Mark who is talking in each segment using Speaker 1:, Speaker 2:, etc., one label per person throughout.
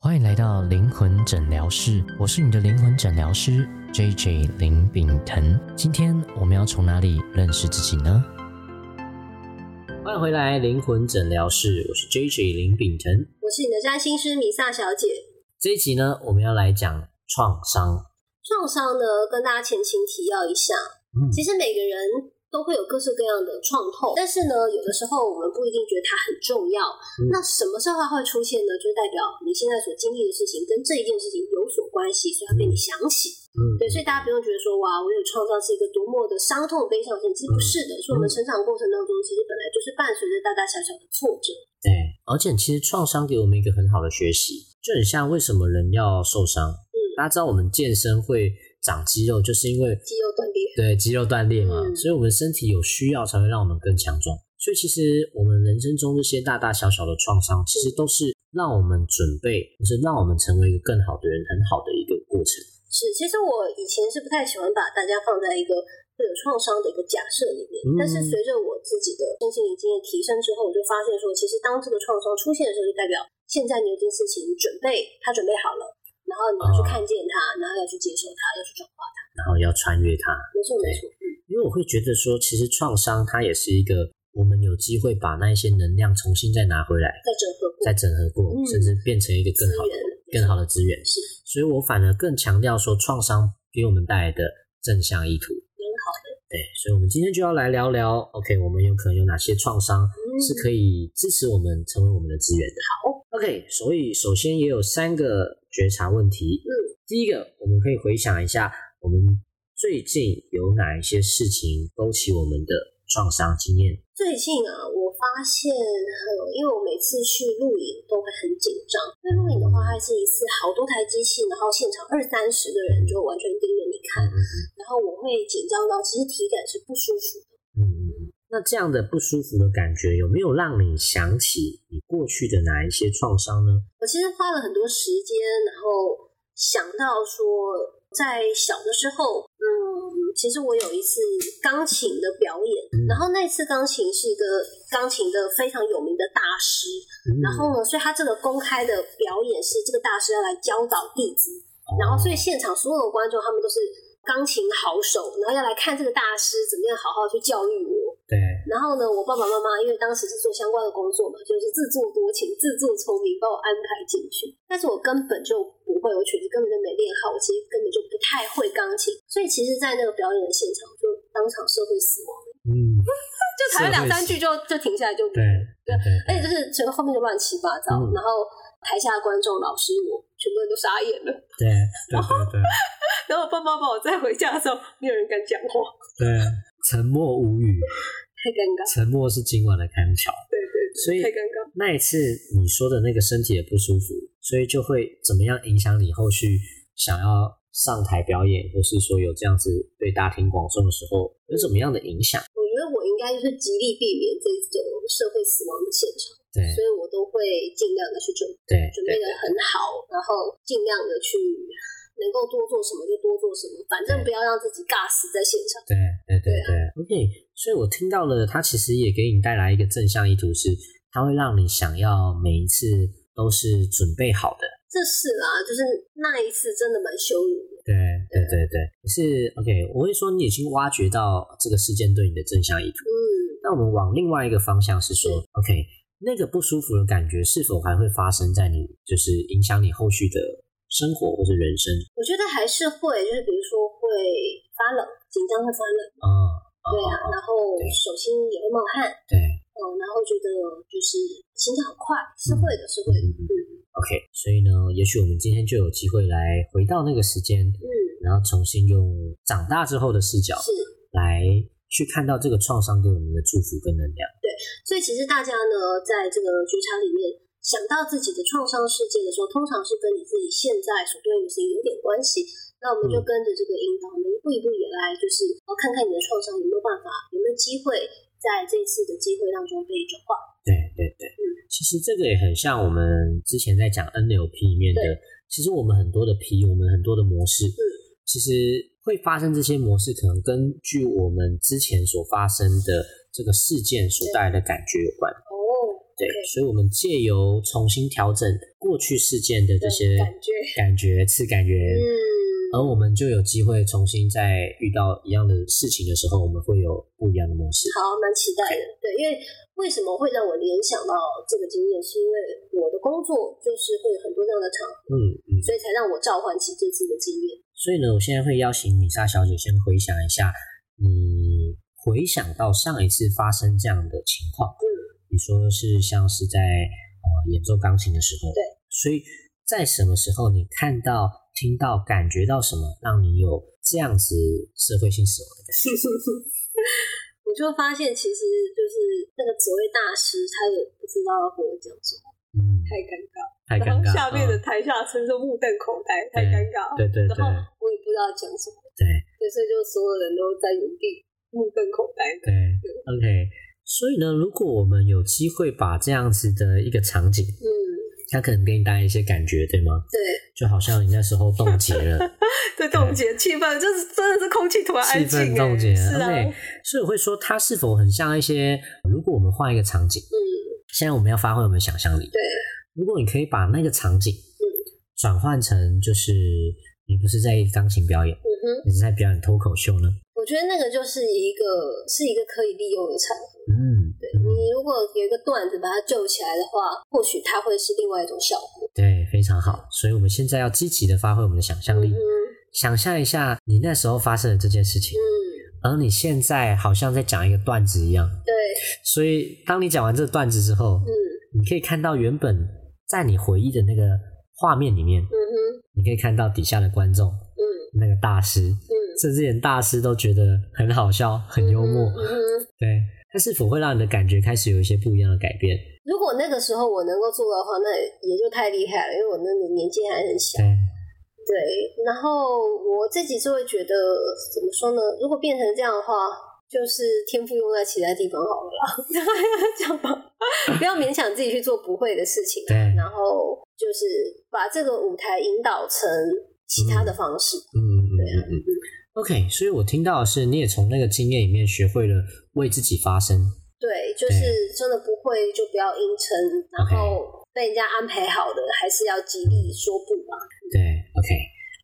Speaker 1: 欢迎来到灵魂诊疗室，我是你的灵魂诊疗师 J J 林炳腾。今天我们要从哪里认识自己呢？欢迎回来，灵魂诊疗室，我是 J J 林炳腾。
Speaker 2: 我是你的占星师米萨小姐。
Speaker 1: 这一集呢，我们要来讲创伤。
Speaker 2: 创伤呢，跟大家前情提要一下，
Speaker 1: 嗯
Speaker 2: 其实每个人都会有各式各样的创痛，但是呢，有的时候我们不一定觉得它很重要。那什么时候它会出现呢？就代表你现在所经历的事情跟这一件事情有所关系，所以它被你想起。
Speaker 1: 嗯，
Speaker 2: 对，所以大家不用觉得说哇，我有创伤是一个多么的伤痛悲伤的事情，其实不是的，是我们成长过程当中，其实本来就是伴随着大大小小的挫折。
Speaker 1: 对，而且其实创伤给我们一个很好的学习，就很像为什么人要受伤。嗯，大家知道我们健身会长肌肉，就是因为
Speaker 2: 肌肉断裂
Speaker 1: 对肌肉断裂嘛，
Speaker 2: 嗯
Speaker 1: 所以我们身体有需要才会让我们更强壮。所以其实我们人生中这些大大小小的创伤，其实都是让我们准备，或是让我们成为一个更好的人，很好的一个过程。
Speaker 2: 是，其实我以前是不太喜欢把大家放在一个会有创伤的一个假设里面，
Speaker 1: 嗯
Speaker 2: 但是随着我自己的身心灵经验提升之后，我就发现说，其实当这个创伤出现的时候，就代表现在你有件事情准备，它准备好了，然后你要去
Speaker 1: 哦
Speaker 2: 看见它，然后要去接受它，要去转化它。
Speaker 1: 然后要穿越它，
Speaker 2: 没错，没
Speaker 1: 对
Speaker 2: 错，嗯
Speaker 1: 因为我会觉得说，其实创伤它也是一个我们有机会把那一些能量重新再拿回来，
Speaker 2: 在整合过
Speaker 1: 再整合过，
Speaker 2: 嗯
Speaker 1: 甚至变成一个
Speaker 2: 资
Speaker 1: 更好
Speaker 2: 源
Speaker 1: 的、，更好的资源。
Speaker 2: 是
Speaker 1: 所以我反而更强调说，创伤给我们带来的正向意图。
Speaker 2: 很嗯好的，
Speaker 1: 对，所以我们今天就要来聊聊，OK，我们有可能有哪些创伤
Speaker 2: 嗯
Speaker 1: 是可以支持我们成为我们的资源的。
Speaker 2: 好
Speaker 1: ，OK，所以首先也有三个觉察问题。
Speaker 2: 嗯，
Speaker 1: 第一个，我们可以回想一下，我们最近有哪一些事情勾起我们的创伤经验？
Speaker 2: 最近啊，我发现，呃，因为我每次去露营都会很紧张，因为露营的话，它是一次好多台机器，然后现场二三十个人就完全盯着你看，然后我会紧张到其实体感是不舒服的。
Speaker 1: 嗯嗯嗯。那这样的不舒服的感觉，有没有让你想起你过去的哪一些创伤呢？
Speaker 2: 我其实花了很多时间，然后想到说，在小的时候，嗯，其实我有一次钢琴的表演，然后那次钢琴是一个钢琴的非常有名的大师，
Speaker 1: 嗯
Speaker 2: 然后呢，所以他这个公开的表演是这个大师要来教导弟子，然后所以现场所有的观众他们都是钢琴好手，然后要来看这个大师怎么样好好去教育我。
Speaker 1: 对，
Speaker 2: 然后呢，我爸爸妈妈因为当时是做相关的工作嘛，就是自作多情、自作聪明，把我安排进去。但是我根本就不会，我曲子根本就没练好，我其实根本就不太会钢琴，所以其实，在那个表演的现场就当场社会死亡，
Speaker 1: 嗯，
Speaker 2: 就弹了两三句就就停下来就
Speaker 1: 对对
Speaker 2: 而且
Speaker 1: 对
Speaker 2: 就
Speaker 1: 对，
Speaker 2: 是整个后面就乱七八糟，
Speaker 1: 嗯
Speaker 2: 然后台下的观众、老师我全部人都傻眼了。
Speaker 1: 对对对对。
Speaker 2: 然后我爸妈把我载回家的时候，没有人敢讲话，
Speaker 1: 对，沉默无语，
Speaker 2: 太尴尬。
Speaker 1: 沉默是今晚的康桥。
Speaker 2: 对对，
Speaker 1: 所以
Speaker 2: 太尴尬。
Speaker 1: 那一次你说的那个身体也不舒服，所以就会怎么样影响你后续想要上台表演，或是说有这样子对大庭广众的时候有什么样的影响？
Speaker 2: 我觉得我应该就是极力避免这种社会死亡的现场，
Speaker 1: 对
Speaker 2: 所以我都会尽量的去准
Speaker 1: 对
Speaker 2: 准备
Speaker 1: 嗯对
Speaker 2: 的很好，然后尽量的去能够多做什么就多做什么，反正
Speaker 1: 对
Speaker 2: 不要让自己尬死在现场。
Speaker 1: 嗯对对对对，OK。所以我听到了，它其实也给你带来一个正向意图是，它会让你想要每一次都是准备好的。
Speaker 2: 这是啦、就是那一次真的蛮羞辱的。
Speaker 1: 对对对对，可是 OK，我会说你已经挖掘到这个事件对你的正向意图。
Speaker 2: 嗯，
Speaker 1: 那我们往另外一个方向是说
Speaker 2: 是
Speaker 1: ，OK，那个不舒服的感觉是否还会发生在你，就是影响你后续的生活或者人生？
Speaker 2: 我觉得还是会，就是比如说会发冷，紧张会发冷，
Speaker 1: 啊、啊
Speaker 2: 对
Speaker 1: 啊
Speaker 2: 啊，然后
Speaker 1: 对
Speaker 2: 手心也会冒汗，
Speaker 1: 对
Speaker 2: 嗯，然后觉得就是心跳很快，是会的，是会的，
Speaker 1: 嗯
Speaker 2: 嗯
Speaker 1: ，OK，所以呢，也许我们今天就有机会来回到那个时间，
Speaker 2: 嗯，
Speaker 1: 然后重新用长大之后的视角
Speaker 2: 是。
Speaker 1: 来去看到这个创伤给我们的祝福跟能量。
Speaker 2: 所以其实大家呢，在这个觉察里面想到自己的创伤事件的时候，通常是跟你自己现在所对应的事情有点关系。那我们就
Speaker 1: 嗯
Speaker 2: 跟着这个引导，我们一步一步也来，就是要看看你的创伤有没有办法，有没有机会在这次的机会当中被转化。
Speaker 1: 对对对，其实这个也很像我们之前在讲 NLP 里面的
Speaker 2: 对，嗯
Speaker 1: 其实我们很多的 P，我们很多的模式，其实会发生这些模式，可能根据我们之前所发生的这个事件所带来的感觉有关。
Speaker 2: 哦，
Speaker 1: 对，
Speaker 2: 对
Speaker 1: 所以我们借由重新调整过去事件的这些
Speaker 2: 感觉，
Speaker 1: 感觉、次感觉，
Speaker 2: 嗯，
Speaker 1: 而我们就有机会重新在遇到一样的事情的时候，我们会有不一样的模式。
Speaker 2: 好，蛮期待的。对，因为为什么会让我联想到这个经验，是因为我的工作就是会有很多这样的场
Speaker 1: 嗯
Speaker 2: 合，
Speaker 1: 嗯，
Speaker 2: 所以才让我召唤起这次的经验。
Speaker 1: 所以呢，我现在会邀请米莎小姐先回想一下，你回想到上一次发生这样的情况，
Speaker 2: 嗯，
Speaker 1: 你说是像是在呃演奏钢琴的时候，
Speaker 2: 对，
Speaker 1: 所以在什么时候你看到、听到、感觉到什么，让你有这样子社会性死亡的感觉？
Speaker 2: 我就发现，其实就是那个所谓大师，他也不知道要跟我讲什么，
Speaker 1: 嗯，
Speaker 2: 太尴尬。
Speaker 1: 太尴
Speaker 2: 然后
Speaker 1: 尬，
Speaker 2: 下面的
Speaker 1: 嗯
Speaker 2: 台下村就目瞪口呆，太尴尬。
Speaker 1: 对对对
Speaker 2: 然后我也不知道讲什么，
Speaker 1: 对。
Speaker 2: 对，所以就所有人都在原地目瞪口呆。
Speaker 1: 对，OK。所以呢，如果我们有机会把这样子的一个场景，
Speaker 2: 嗯，
Speaker 1: 它可能给你带来一些感觉，对吗？
Speaker 2: 对，
Speaker 1: 就好像你那时候冻结 了，
Speaker 2: 这冻结气氛，就是真的是空气突然安
Speaker 1: 气
Speaker 2: 静、欸，
Speaker 1: 氛冻结
Speaker 2: 是
Speaker 1: 了。
Speaker 2: 啊，
Speaker 1: OK，所以我会说它是否很像一些，如果我们换一个场景，
Speaker 2: 嗯，
Speaker 1: 现在我们要发挥我们想象力。
Speaker 2: 对，嗯
Speaker 1: 如果你可以把那个场景转换成，就是你不是在钢琴表演，
Speaker 2: 嗯哼，
Speaker 1: 你是在表演脱口秀呢？
Speaker 2: 我觉得那个就是一个是一个可以利用的场合。
Speaker 1: 嗯，
Speaker 2: 对
Speaker 1: 嗯
Speaker 2: 你如果有一个段子把它救起来的话，或许它会是另外一种效果。
Speaker 1: 对，非常好。所以我们现在要积极的发挥我们的想象力。
Speaker 2: 嗯哼
Speaker 1: 想象一下你那时候发生的这件事情
Speaker 2: 嗯，，
Speaker 1: 而你现在好像在讲一个段子一样。
Speaker 2: 对，
Speaker 1: 所以，当你讲完这个段子之后，
Speaker 2: 嗯
Speaker 1: 你可以看到原本在你回忆的那个画面里面，
Speaker 2: 嗯哼，
Speaker 1: 你可以看到底下的观众，
Speaker 2: 嗯
Speaker 1: 那个大师，
Speaker 2: 嗯，
Speaker 1: 甚至连大师都觉得很好笑、很幽默。
Speaker 2: 嗯哼。
Speaker 1: 对，它是否会让你的感觉开始有一些不一样的改变？
Speaker 2: 如果那个时候我能够做到的话，那也就太厉害了，因为我那个年纪还很小。
Speaker 1: 对，嗯
Speaker 2: 对，然后我自己是会觉得怎么说呢？如果变成这样的话，就是天赋用在其他地方好了啦， 这样吧，不要勉强自己去做不会的事情啊。
Speaker 1: 对
Speaker 2: 然后就是把这个舞台引导成其他的方式。
Speaker 1: 嗯嗯
Speaker 2: 啊
Speaker 1: 嗯嗯嗯。OK，所以我听到的是，你也从那个经验里面学会了为自己发声。
Speaker 2: 对，就是真的不会就不要硬撑，然后被人家安排好的还是要极力说不吧。
Speaker 1: 对，OK，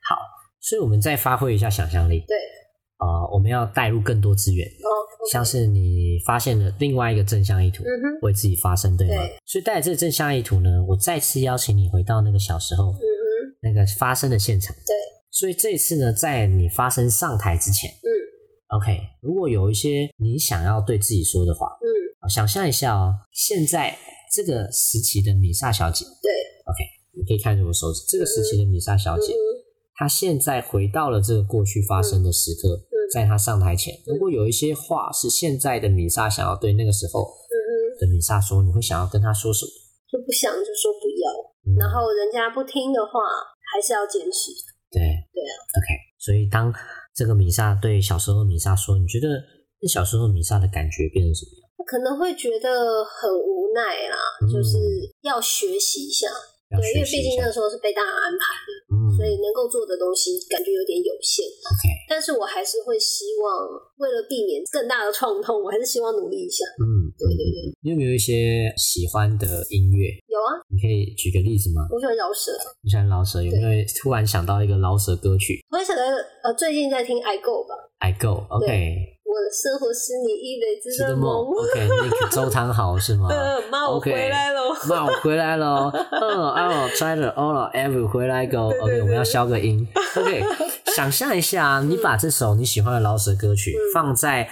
Speaker 1: 好，所以我们再发挥一下想象力。
Speaker 2: 对，
Speaker 1: 啊、我们要带入更多资源，
Speaker 2: 哦，
Speaker 1: 像是你发现了另外一个正向意图，
Speaker 2: 嗯哼，
Speaker 1: 为自己发声，对吗？
Speaker 2: 对
Speaker 1: 所以带着这个正向意图呢，我再次邀请你回到那个小时候
Speaker 2: 嗯哼。
Speaker 1: 那个发声的现场。
Speaker 2: 对，
Speaker 1: 所以这一次呢，在你发声上台之前，
Speaker 2: 嗯
Speaker 1: ，OK，如果有一些你想要对自己说的话，
Speaker 2: 嗯，
Speaker 1: 想象一下哦，现在这个时期的米莎小姐，
Speaker 2: 对，
Speaker 1: 你可以看着我手指，这个时期的米莎小
Speaker 2: 嗯
Speaker 1: 姐，
Speaker 2: 哼
Speaker 1: 他现在回到了这个过去发生的时刻，
Speaker 2: 嗯
Speaker 1: 在他上台前，如果有一些话是现在的米莎想要对那个时候
Speaker 2: 嗯哼，
Speaker 1: 的米莎说，你会想要跟他说什么？
Speaker 2: 就不想就说不要，
Speaker 1: 嗯
Speaker 2: 然后人家不听的话，还是要坚持。
Speaker 1: 对
Speaker 2: 对啊
Speaker 1: ，OK。所以当这个米莎对小时候的米莎说，你觉得那小时候米莎的感觉变成什么样？
Speaker 2: 可能会觉得很无奈啦，
Speaker 1: 嗯
Speaker 2: 就是要学习一下，
Speaker 1: 要
Speaker 2: 对，因
Speaker 1: 学
Speaker 2: 为
Speaker 1: 习
Speaker 2: 毕
Speaker 1: 一
Speaker 2: 竟
Speaker 1: 下
Speaker 2: 那，时候是被大家安排，
Speaker 1: 嗯，
Speaker 2: 所以能够做的东西感觉有点有限。
Speaker 1: OK，
Speaker 2: 但是我还是会希望，为了避免更大的创痛，我还是希望努力一下。
Speaker 1: 嗯，
Speaker 2: 对对对，
Speaker 1: 你有没有一些喜欢的音乐？
Speaker 2: 有啊，
Speaker 1: 你可以举个例子吗？
Speaker 2: 我喜欢饶舌，
Speaker 1: 你喜欢老舍，有没有突然想到一个老舍歌曲
Speaker 2: 我还想到呃，最近在听《I Go》吧，
Speaker 1: ？I go，OK，
Speaker 2: 我的生活是你一辈子
Speaker 1: 是
Speaker 2: 的
Speaker 1: 的
Speaker 2: 梦
Speaker 1: 梦。，OK，那个 周汤豪是 吗？
Speaker 2: 呃，妈，我
Speaker 1: OK
Speaker 2: 回来了。
Speaker 1: 那我回来了 哦，嗯，啊，我摘了哦了，every 回来 go。
Speaker 2: 对对
Speaker 1: OK，
Speaker 2: 对嗯
Speaker 1: 我们要消个音。OK，想 象一下，啊你把这首你喜欢的老舍歌曲放在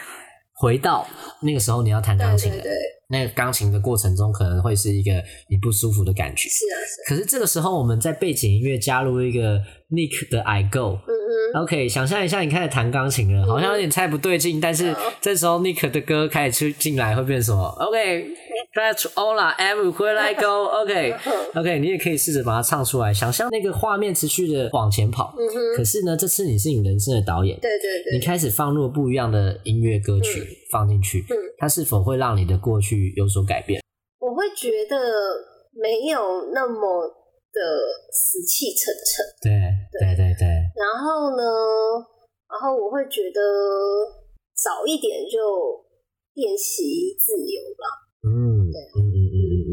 Speaker 1: 回到那个时候你要弹钢琴
Speaker 2: 对
Speaker 1: 的
Speaker 2: 对对，
Speaker 1: 那个钢琴的过程中，可能会是一个你不舒服的感觉。
Speaker 2: 是啊是啊，
Speaker 1: 可是这个时候，我们在背景音乐加入一个 Nick 的 I go。
Speaker 2: 嗯哼，
Speaker 1: OK，想象一下，你开始弹钢琴
Speaker 2: 嗯
Speaker 1: 了，好像有点猜不对劲，但是
Speaker 2: 好
Speaker 1: 这时候 Nick 的歌开始出进来会变什么？OK，that's all a every 回来 go。OK，OK，、你也可以试着把它唱出来，想象那个画面持续的往前跑。
Speaker 2: 嗯哼，
Speaker 1: 可是呢，这次你是你人生的导演，
Speaker 2: 对对
Speaker 1: 你
Speaker 2: 对，
Speaker 1: 开始放入不一样的音乐歌曲、
Speaker 2: 嗯
Speaker 1: 放进去，
Speaker 2: 嗯
Speaker 1: 它是否会让你的过去有所改变？
Speaker 2: 我会觉得没有那么的死气沉沉，
Speaker 1: 对，对，对，对，
Speaker 2: 然后呢，然后我会觉得早一点就练习自由吧，
Speaker 1: 嗯，
Speaker 2: 啊
Speaker 1: 嗯嗯嗯嗯嗯。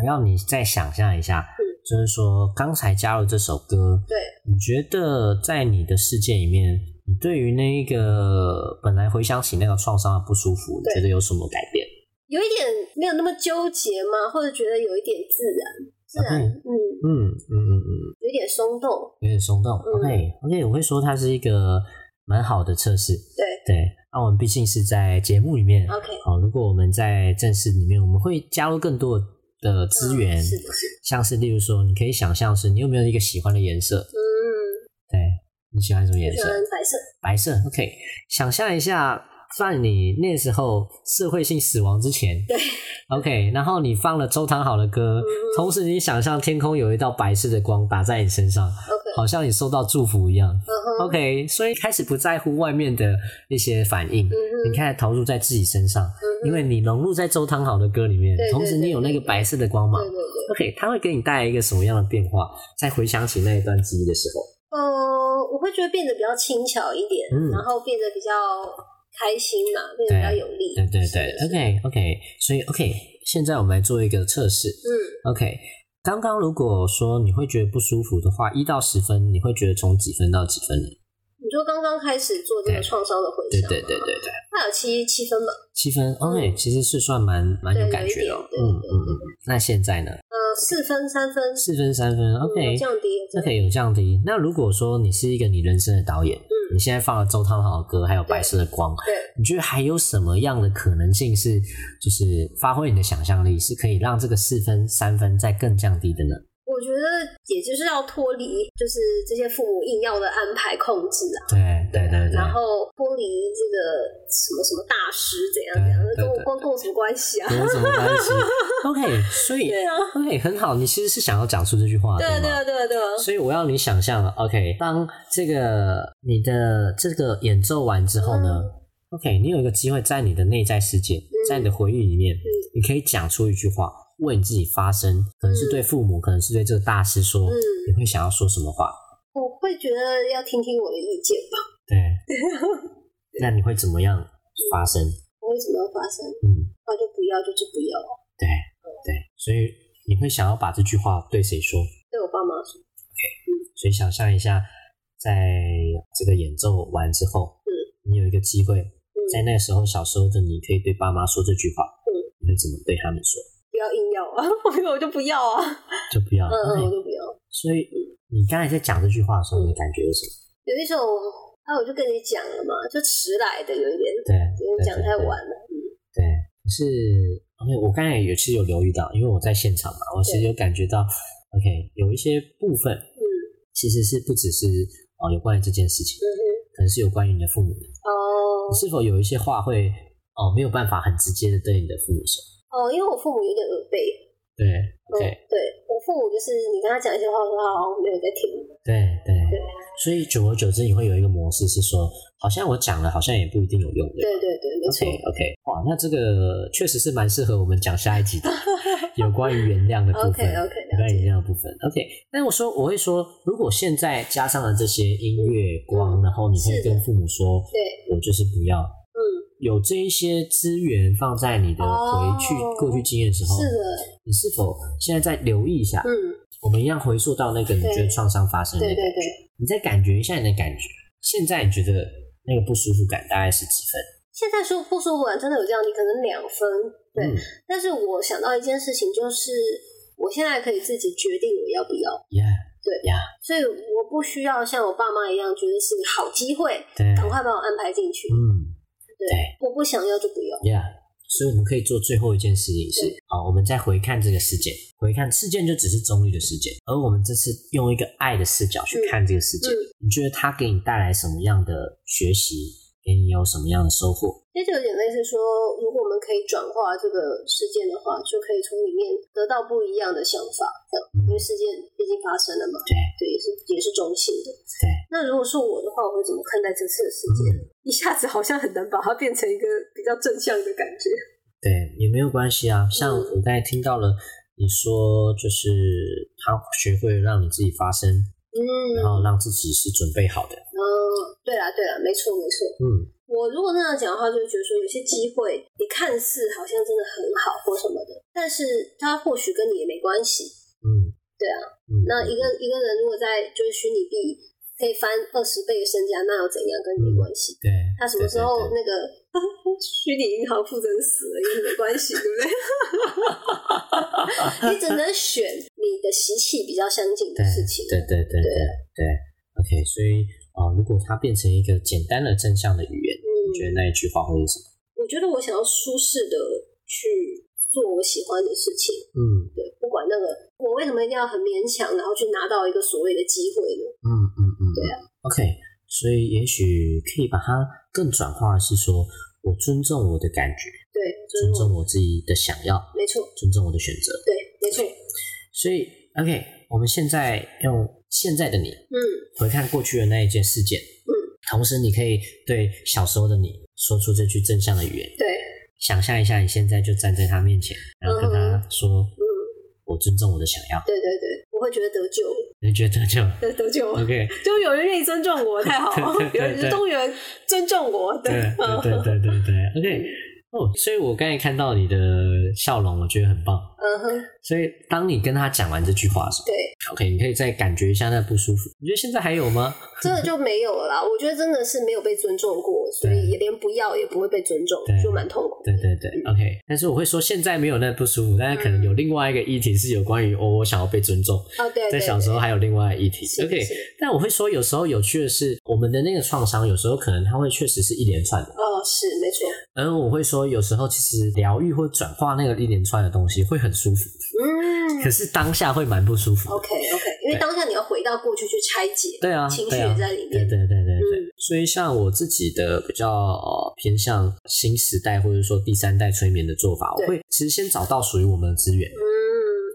Speaker 1: 我要你再想象一下，
Speaker 2: 嗯
Speaker 1: 就是说刚才加入这首歌，
Speaker 2: 对，
Speaker 1: 你觉得在你的世界里面，你对于那一个本来回想起那个创伤的不舒服，你
Speaker 2: 对
Speaker 1: 觉得有什么改变？
Speaker 2: 有一点没有那么纠结吗？或者觉得有一点自然，自然，
Speaker 1: 嗯
Speaker 2: 嗯，
Speaker 1: 嗯嗯嗯嗯，
Speaker 2: 有一点松动，
Speaker 1: 有点松动。
Speaker 2: 嗯
Speaker 1: OK OK，我会说它是一个蛮好的测试。
Speaker 2: 对嗯
Speaker 1: 对，那、我们毕竟是在节目里面，
Speaker 2: ，OK，
Speaker 1: 好、如果我们在正式里面，我们会加入更多的资源，
Speaker 2: 嗯是的，是的，
Speaker 1: 像是例如说，你可以想象是你有没有一个喜欢的颜色？
Speaker 2: 嗯，
Speaker 1: 对，你喜欢什么颜
Speaker 2: 喜
Speaker 1: 色？
Speaker 2: 欢白色，
Speaker 1: 白色。OK，想象一下，放你那时候社会性死亡之前，
Speaker 2: 对嗯
Speaker 1: OK，然后你放了周汤好的歌，同时你想象天空有一道白色的光打在你身上，
Speaker 2: ，OK，
Speaker 1: 好像你收到祝福一样。
Speaker 2: 嗯哼，
Speaker 1: OK，所以开始不在乎外面的一些反应，
Speaker 2: 嗯哼
Speaker 1: 你开始投入在自己身上，
Speaker 2: 嗯哼，
Speaker 1: 因为你融入在周汤好的歌里面
Speaker 2: 对，对
Speaker 1: 同时你有那个白色的光芒
Speaker 2: 对。对对。
Speaker 1: OK，它会给你带来一个什么样的变化？在回想起那一段记忆的时候，
Speaker 2: 呃，我会觉得变得比较轻巧一点，
Speaker 1: 嗯
Speaker 2: 然后变得比较开心嘛，变得比较有力。
Speaker 1: 对对
Speaker 2: 是
Speaker 1: 对
Speaker 2: 的是的
Speaker 1: ，OK OK，所以 OK，现在我们来做一个测试
Speaker 2: 嗯，
Speaker 1: ，OK。刚刚如果说你会觉得不舒服的话，一到十分，你会觉得从几分到几分呢？
Speaker 2: 你说刚刚开始做这个
Speaker 1: 对
Speaker 2: 创伤的回
Speaker 1: 对
Speaker 2: 想嘛，
Speaker 1: 对对对对，
Speaker 2: 它有七七分嘛，
Speaker 1: 七分，OK，其实是算蛮蛮有
Speaker 2: 嗯对
Speaker 1: 感
Speaker 2: 有一
Speaker 1: 觉的哦，
Speaker 2: 点
Speaker 1: 嗯
Speaker 2: 对
Speaker 1: 嗯嗯。那现在呢？
Speaker 2: 呃，四分、三分，
Speaker 1: 四分三分
Speaker 2: 嗯
Speaker 1: ，OK，
Speaker 2: 有降低，有降低
Speaker 1: OK 有降低。那如果说你是一个你人生的导演，
Speaker 2: 嗯
Speaker 1: 你现在放了周汤豪的歌，还有白色的光，
Speaker 2: 对，
Speaker 1: 你觉得还有什么样的可能性是，就是发挥你的想象力，是可以让这个四分、三分再更降低的呢？
Speaker 2: 我觉得也就是要脱离，就是这些父母硬要的安排控制啊。
Speaker 1: 对对对对，
Speaker 2: 然后脱离这个什么什么大师怎样怎样，
Speaker 1: 对
Speaker 2: 那跟我
Speaker 1: 对对
Speaker 2: 关跟我什么关系啊？
Speaker 1: 有什么关系 ？OK，所以
Speaker 2: 对啊，
Speaker 1: OK 很好，你其实是想要讲出这句话，
Speaker 2: 对啊对
Speaker 1: 吗？
Speaker 2: 啊对啊对啊，
Speaker 1: 所以我要你想象，OK，当这个你的这个演奏完之后呢、
Speaker 2: 嗯
Speaker 1: o k 你有一个机会在你的内在世界，在你的回忆里面，
Speaker 2: 嗯
Speaker 1: 你可以讲出一句话，为你自己发声，可能是对父母，可能是对这个大师说，
Speaker 2: 嗯，
Speaker 1: 你会想要说什么话？
Speaker 2: 我会觉得要听听我的意见吧。
Speaker 1: 对，那你会怎么样发声？
Speaker 2: 我为什么要发生？
Speaker 1: 嗯，
Speaker 2: 那就不要，就是不要。啊
Speaker 1: 对对，所以你会想要把这句话对谁说？
Speaker 2: 对我爸妈说，
Speaker 1: 所以想象一下，在这个演奏完之后，
Speaker 2: 嗯，
Speaker 1: 你有一个机会，
Speaker 2: 嗯，
Speaker 1: 在那个时候小时候的你可以对爸妈说这句话，
Speaker 2: 嗯，
Speaker 1: 你会怎么对他们说？
Speaker 2: 不要硬要啊， 我就不要啊，
Speaker 1: 就不要
Speaker 2: 嗯
Speaker 1: 了。
Speaker 2: 嗯，我
Speaker 1: OK，
Speaker 2: 就不要。
Speaker 1: 所以你刚才在讲这句话的时候，你的感觉是什么？
Speaker 2: 有一种，啊，我就跟你讲了嘛，就迟来的，有一点，
Speaker 1: 对，
Speaker 2: 有点
Speaker 1: 对
Speaker 2: 讲太晚。了。嗯
Speaker 1: 对对，对可是 OK，我刚才也其实有留意到，因为我在现场嘛，我其实有感觉到 OK，有一些部分
Speaker 2: 嗯
Speaker 1: 其实是不只是哦有关于这件事情
Speaker 2: 嗯，哼，
Speaker 1: 可能是有关于你的父母的。
Speaker 2: 哦
Speaker 1: 你是否有一些话会哦没有办法很直接的对你的父母说？
Speaker 2: 哦，因为我父母有点耳背，
Speaker 1: 对
Speaker 2: 嗯，
Speaker 1: ，OK，
Speaker 2: 对我父母就是你跟他讲一些话，我说他好像没有在听，
Speaker 1: 对对，所以久而久之，你会有一个模式是说，好像我讲了，好像也不一定有用，对吧
Speaker 2: 对对对，没
Speaker 1: ？OK
Speaker 2: 错，
Speaker 1: OK，哇，那这个确实是蛮适合我们讲下一集的， 有关于原谅的部分
Speaker 2: OK，OK，
Speaker 1: 有关
Speaker 2: 了
Speaker 1: 于
Speaker 2: 解
Speaker 1: 原谅的部分，OK。但我说我会说，如果现在加上了这些音乐光，然后你会
Speaker 2: 嗯是的
Speaker 1: 跟父母说，
Speaker 2: 对，
Speaker 1: 我就是不要
Speaker 2: 嗯，
Speaker 1: 有这一些资源放在你的回去、
Speaker 2: 哦
Speaker 1: 过去经验的时候，
Speaker 2: 是的，
Speaker 1: 你是否现在再留意一下？
Speaker 2: 嗯，
Speaker 1: 我们一样回溯到那个你觉得
Speaker 2: 对
Speaker 1: 创伤发生的那
Speaker 2: 对
Speaker 1: 个
Speaker 2: 对对。
Speaker 1: 你再感觉一下你的感觉，现在你觉得那个不舒服感大概是几分？
Speaker 2: 现在说不舒服，真的有降低，可能两分，对，
Speaker 1: 嗯
Speaker 2: 但是我想到一件事情，就是我现在可以自己决定我要不要，
Speaker 1: ，Yeah，
Speaker 2: 所以我不需要像我爸妈一样觉得是个好机会，
Speaker 1: 对，
Speaker 2: 赶快把我安排进去。
Speaker 1: 嗯
Speaker 2: 对，我不想要就不要。
Speaker 1: ，Yeah。所以我们可以做最后一件事情是，好，我们再回看这个事件，回看事件就只是中立的事件，而我们这次用一个爱的视角去看这个事件，
Speaker 2: 嗯，
Speaker 1: 你觉得它给你带来什么样的学习，给你有什么样的收获？
Speaker 2: 其实有点类似说，如果我们可以转化这个事件的话，就可以从里面得到不一样的想法，这样，
Speaker 1: 嗯
Speaker 2: 因为事件毕竟发生了嘛，
Speaker 1: 对
Speaker 2: 对，也是也是中性的。
Speaker 1: 对，嗯
Speaker 2: 那如果是我的话，我会怎么看待这次的事件？一下子好像很难把它变成一个比较正向的感觉。
Speaker 1: 对，也没有关系啊。像
Speaker 2: 嗯
Speaker 1: 我刚才听到了你说，就是他学会了让你自己发声，
Speaker 2: 嗯，
Speaker 1: 然后让自己是准备好的。
Speaker 2: 嗯，对啦，对啦，没错，没错。
Speaker 1: 嗯，
Speaker 2: 我如果那样讲的话，就会觉得说有些机会，你看似好像真的很好或什么的，但但是它或许跟你也没关系。
Speaker 1: 嗯，
Speaker 2: 对啊，
Speaker 1: 嗯
Speaker 2: 那一个一个人如果在就是虚拟币可以翻二十倍的身家，那又怎样？跟你没关系。
Speaker 1: 对，
Speaker 2: 他什么
Speaker 1: 对
Speaker 2: 时候
Speaker 1: 嗯对对
Speaker 2: 那个 虚拟银行负责人死了跟你没关系，对不对？ 你只能选你的习气比较相近
Speaker 1: 对
Speaker 2: 的事情。
Speaker 1: 对对对对对，OK，所以啊、呃如果它变成一个简单的正向的语言，你觉得
Speaker 2: 嗯，
Speaker 1: 那一句话会是什么？
Speaker 2: 我觉得我想要舒适的去做我喜欢的事情。
Speaker 1: 嗯
Speaker 2: 对，不管那个我为什么一定要很勉强，然后去拿到一个所谓的机会呢？
Speaker 1: 嗯嗯嗯，
Speaker 2: 对
Speaker 1: 啊，OK，所以也许可以把它更转化是说，我尊重我的感觉，
Speaker 2: 对，
Speaker 1: 尊
Speaker 2: 就是
Speaker 1: 重我自己的想要，
Speaker 2: 没错，
Speaker 1: 尊重我的选择。
Speaker 2: 对，没错，嗯，
Speaker 1: 所以 OK，我们现在用现在的你回看过去的那一件事件，
Speaker 2: 嗯，
Speaker 1: 同时你可以对小时候的你说出这句正向的语言，
Speaker 2: 对，
Speaker 1: 想象一下你现在就站在他面前，然后跟他说，
Speaker 2: 嗯，
Speaker 1: 我尊重我的想要，
Speaker 2: 对对对，我会觉得得救，
Speaker 1: 你觉得 就
Speaker 2: 得得救，
Speaker 1: OK？
Speaker 2: 就有人愿意尊重我，太好了，
Speaker 1: 嗯对对对
Speaker 2: 有人动员尊重我，
Speaker 1: 对对对
Speaker 2: 嗯
Speaker 1: 对对对，OK。哦，所以我刚才看到你的笑容，我觉得很棒。
Speaker 2: 嗯哼，
Speaker 1: 所以当你跟他讲完这句话的时
Speaker 2: 对，
Speaker 1: 候，OK，你可以再感觉一下那不舒服。你觉得现在还有吗？
Speaker 2: 真的就没有了啦。我觉得真的是没有被尊重过，所
Speaker 1: 对
Speaker 2: 以也连不要也不会被尊重
Speaker 1: 对，
Speaker 2: 就蛮痛苦的。
Speaker 1: 对对对，OK。但是我会说现在没有那不舒服，但是可能有另外一个议题是有关于哦，我想要被尊重。
Speaker 2: 啊，对，对
Speaker 1: 在小时候还有另外的议题
Speaker 2: 是
Speaker 1: ，OK
Speaker 2: 是。
Speaker 1: 但我会说，有时候有趣的是，我们的那个创伤，有时候可能它会确实是一连串的。
Speaker 2: 哦，是没错，
Speaker 1: 而我会说，有时候其实疗愈或转化那个一连串的东西会很舒服，
Speaker 2: 嗯
Speaker 1: 可是当下会蛮不舒服的。
Speaker 2: ，OK OK，因为
Speaker 1: 对
Speaker 2: 当下你要回到过去去拆解，
Speaker 1: 对啊，
Speaker 2: 情绪
Speaker 1: 对
Speaker 2: 也
Speaker 1: 啊
Speaker 2: 在里
Speaker 1: 对
Speaker 2: 面，
Speaker 1: 对对对对，
Speaker 2: 嗯
Speaker 1: 所以像我自己的比较、呃、偏向新时代或者说第三代催眠的做法，我
Speaker 2: 对
Speaker 1: 会其实先找到属于我们的资源，
Speaker 2: 嗯，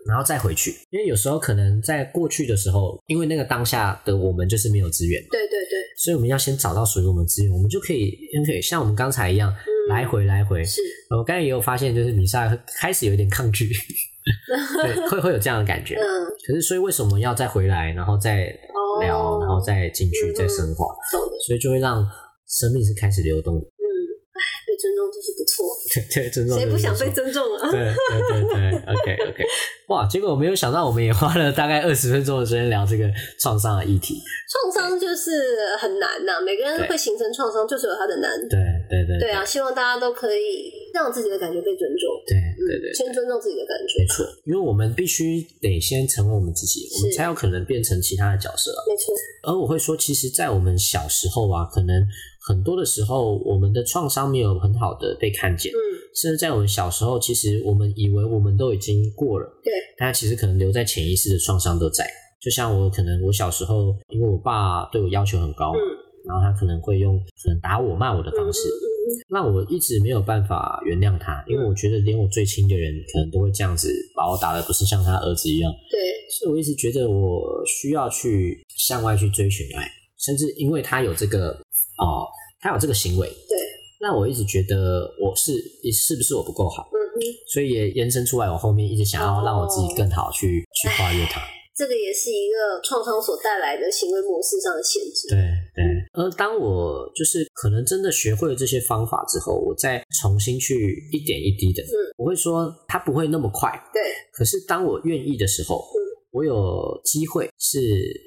Speaker 1: 然后再回去，因为有时候可能在过去的时候，因为那个当下的我们就是没有资源嘛，
Speaker 2: 对对对，
Speaker 1: 所以我们要先找到属于我们的资源，我们就可以就可以像我们刚才一样
Speaker 2: 嗯，
Speaker 1: 来回来回。呃
Speaker 2: 是，
Speaker 1: 我刚才也有发现，就是米莎开始有一点抗 拒，对，会会有这样的感觉。
Speaker 2: 嗯，
Speaker 1: 可是，所以为什么要再回来，然后再
Speaker 2: 哦，
Speaker 1: 聊，然后再进去，
Speaker 2: 嗯
Speaker 1: 再升华，
Speaker 2: 懂的，
Speaker 1: 所以就会让生命是开始流动的。
Speaker 2: 嗯，哎，被尊重就是不错，
Speaker 1: 对对，尊重
Speaker 2: 谁不
Speaker 1: 就是
Speaker 2: 想
Speaker 1: 说
Speaker 2: 被尊重啊？
Speaker 1: 对对对对，OK OK，哇！结果我没有想到，我们也花了大概二十分钟的时间聊这个创伤的议题。
Speaker 2: 创伤就是很难呐、每个人
Speaker 1: 对
Speaker 2: 会形成创伤，就是有它的难。
Speaker 1: 对对对
Speaker 2: 对啊，希望大家都可以让自己的感觉被尊重，嗯
Speaker 1: 对对对，
Speaker 2: 先尊重自己的感觉
Speaker 1: 没。错，因为我们必须得先成为我们自己，我们
Speaker 2: 是
Speaker 1: 才有可能变成其他的角色啊、
Speaker 2: 没错，
Speaker 1: 而我会说，其实，在我们小时候啊，可能很多的时候，我们的创伤没有很好的被看见。
Speaker 2: 嗯，
Speaker 1: 甚至在我们小时候，其实我们以为我们都已经过了，
Speaker 2: 对，
Speaker 1: 但其实可能留在潜意识的创伤都在。就像我可能我小时候，因为我爸对我要求很高嘛，
Speaker 2: 嗯
Speaker 1: 然后他可能会用可能打我、骂我的
Speaker 2: 嗯
Speaker 1: 方式，
Speaker 2: 嗯
Speaker 1: 那我一直没有办法原谅他，因为我觉得连我最亲的人可能都会这样子把我打的，不是像他儿子一样，
Speaker 2: 对，
Speaker 1: 所以我一直觉得我需要去向外去追寻爱，甚至因为他有这个哦、他有这个行为，
Speaker 2: 对，
Speaker 1: 那我一直觉得我是是不是我不够好，
Speaker 2: 嗯哼，
Speaker 1: 所以也延伸出来，我后面一直想要让我自己更好去、去跨越它。
Speaker 2: 这个也是一个创伤所带来的行为模式上的限制。
Speaker 1: 对对，而呃当我就是可能真的学会了这些方法之后，我再重新去一点一滴的，
Speaker 2: 嗯
Speaker 1: 我会说它不会那么快，
Speaker 2: 对，
Speaker 1: 可是当我愿意的时候
Speaker 2: 嗯，
Speaker 1: 我有机会是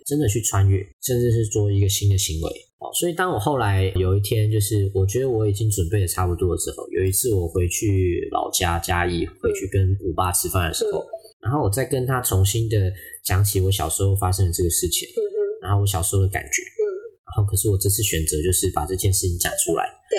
Speaker 1: 真的去穿越，甚至是做一个新的行为。哦，所以当我后来有一天，就是我觉得我已经准备的差不多了之后，有一次我回去老家嘉义，
Speaker 2: 嗯
Speaker 1: 回去跟我爸吃饭的时候，然后我再跟他重新的讲起我小时候发生的这个事情，
Speaker 2: 嗯哼，
Speaker 1: 然后我小时候的感觉，
Speaker 2: 嗯，
Speaker 1: 然后可是我这次选择就是把这件事情讲出来，
Speaker 2: 对，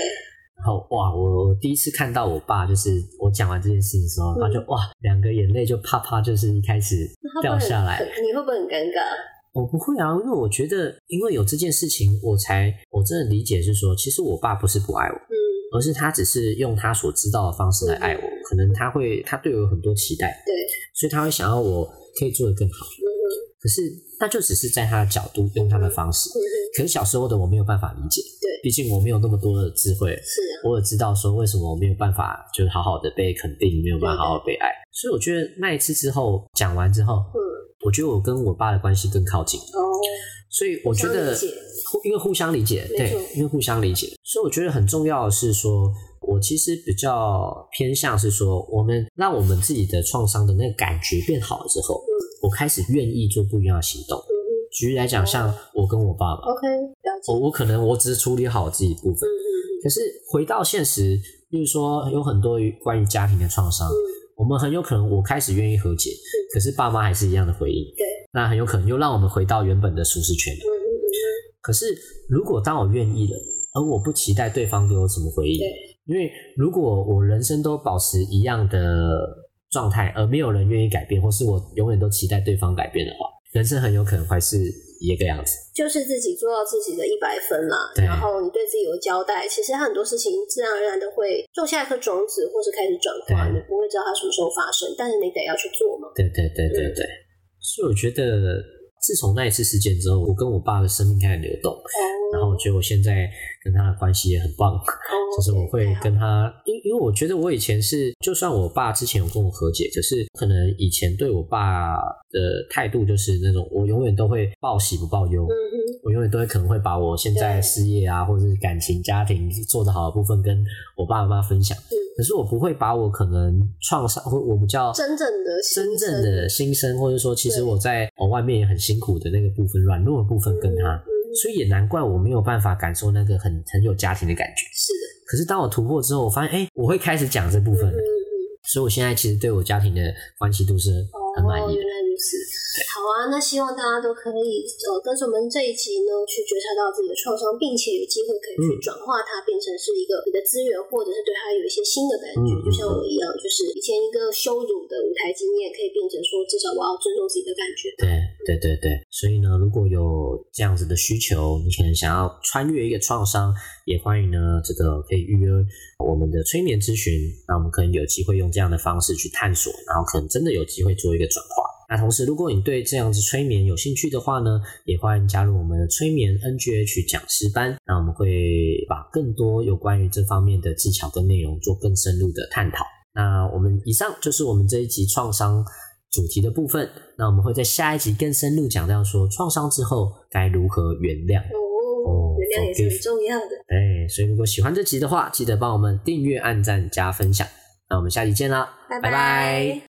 Speaker 1: 然后哇，我第一次看到我爸，就是我讲完这件事情之后，
Speaker 2: 嗯
Speaker 1: 然后就哇，两个眼泪就啪啪，就是一开始
Speaker 2: 那他会
Speaker 1: 掉
Speaker 2: 很
Speaker 1: 下来。
Speaker 2: 很你会不会很尴尬？嗯
Speaker 1: 我不会啊，因为我觉得，因为有这件事情，我才我真的理解是说，其实我爸不是不爱我，
Speaker 2: 嗯，
Speaker 1: 而是他只是用他所知道的方式来爱我。可能他会，他对我有很多期待，
Speaker 2: 嗯对，
Speaker 1: 所以他会想要我可以做得更好。
Speaker 2: 嗯哼，
Speaker 1: 可是那就只是在他的角度，用他的方式。
Speaker 2: 嗯哼，
Speaker 1: 可是小时候的我没有办法理解，
Speaker 2: 对
Speaker 1: 毕竟我没有那么多的智慧，
Speaker 2: 是啊，
Speaker 1: 我也知道说为什么我没有办法就是好好的被肯定，没有办法好好地被爱。所以我觉得那一次之后讲完之后，
Speaker 2: 嗯，
Speaker 1: 我觉得我跟我爸的关系更靠近。
Speaker 2: 哦，
Speaker 1: 所以我觉
Speaker 2: 互相
Speaker 1: 得
Speaker 2: 理解
Speaker 1: 互因为互相理解，
Speaker 2: 没
Speaker 1: 对
Speaker 2: 错，
Speaker 1: 因为互相理解，所以我觉得很重要的是说。我其实比较偏向是说，我们让我们自己的创伤的那个感觉变好了之后，我开始愿意做不一样的行动。
Speaker 2: 嗯嗯
Speaker 1: 举例来讲，像我跟我爸爸，
Speaker 2: ，OK，了解。
Speaker 1: 我我可能我只是处理好自己部分
Speaker 2: 嗯，嗯嗯
Speaker 1: 可是回到现实，例如说有很多于关于家庭的创伤，
Speaker 2: 嗯
Speaker 1: 我们很有可能我开始愿意和解，可是爸妈还是一样的回应，
Speaker 2: 对，
Speaker 1: 那很有可能又让我们回到原本的舒适圈。
Speaker 2: 嗯嗯嗯嗯，
Speaker 1: 可是如果当我愿意了，而我不期待对方给我什么回应
Speaker 2: 对，
Speaker 1: 因为如果我人生都保持一样的状态，而没有人愿意改变，或是我永远都期待对方改变的话，人生很有可能还是一个样子。
Speaker 2: 就是自己做到自己的一百分啦，
Speaker 1: 对
Speaker 2: 然后你对自己有交代，其实很多事情自然而然的会种下一颗种子，或是开始转化，
Speaker 1: 对
Speaker 2: 你不会知道它什么时候发生，但是你得要去做嘛。
Speaker 1: 对对对对对，所以我觉得自从那一次事件之后，我跟我爸的生命开始流动，然后我觉得我现在跟他的关系也很棒。
Speaker 2: 哦，
Speaker 1: 就是我会跟他，因因为我觉得我以前是，就算我爸之前有跟我和解，可是可能以前对我爸的态度就是那种，我永远都会报喜不报忧，
Speaker 2: 嗯哼，
Speaker 1: 我永远都会可能会把我现在
Speaker 2: 对
Speaker 1: 事业啊，或者是感情、家庭做得好的部分跟我爸妈分享，
Speaker 2: 嗯
Speaker 1: 可是我不会把我可能创伤或我比较
Speaker 2: 真正的心
Speaker 1: 真正
Speaker 2: 声
Speaker 1: 的心声，或者说其实
Speaker 2: 对
Speaker 1: 我在我外面也很辛苦的那个部分、软弱的部分跟他，
Speaker 2: 嗯，嗯
Speaker 1: 所以也难怪我没有办法感受那个很很有家庭的感觉。
Speaker 2: 是的，
Speaker 1: 可是当我突破之后，我发现，哎、我会开始讲这部分
Speaker 2: 嗯
Speaker 1: 了，
Speaker 2: 嗯嗯。
Speaker 1: 所以我现在其实对我家庭的关系度是很满
Speaker 2: 哦，
Speaker 1: 意
Speaker 2: 原
Speaker 1: 的。
Speaker 2: 来如此。好啊，那希望大家都可以呃跟着我们这一集呢，去觉察到自己的创伤，并且有机会可以
Speaker 1: 嗯
Speaker 2: 去转化它，变成是一个你的资源，或者是对它有一些新的感觉。
Speaker 1: 嗯嗯
Speaker 2: 就像我一样，就是以前一个羞辱的舞台经验，可以变成说，至少我要尊重自己的感觉。
Speaker 1: 对对对对，所以呢，如果有这样子的需求，你可能想要穿越一个创伤，也欢迎呢，这个可以预约我们的催眠咨询，那我们可能有机会用这样的方式去探索，然后可能真的有机会做一个转化。那同时，如果你对这样子催眠有兴趣的话呢，也欢迎加入我们的催眠 NGH 讲师班。那我们会把更多有关于这方面的技巧跟内容做更深入的探讨。那我们以上就是我们这一集创伤主题的部分。那我们会在下一集更深入讲到说创伤之后该如何原谅。
Speaker 2: 哦，原谅也是很重要的。
Speaker 1: 哎，所以如果喜欢这集的话，记得帮我们订阅、按赞、加分享。那我们下集见啦，
Speaker 2: 拜拜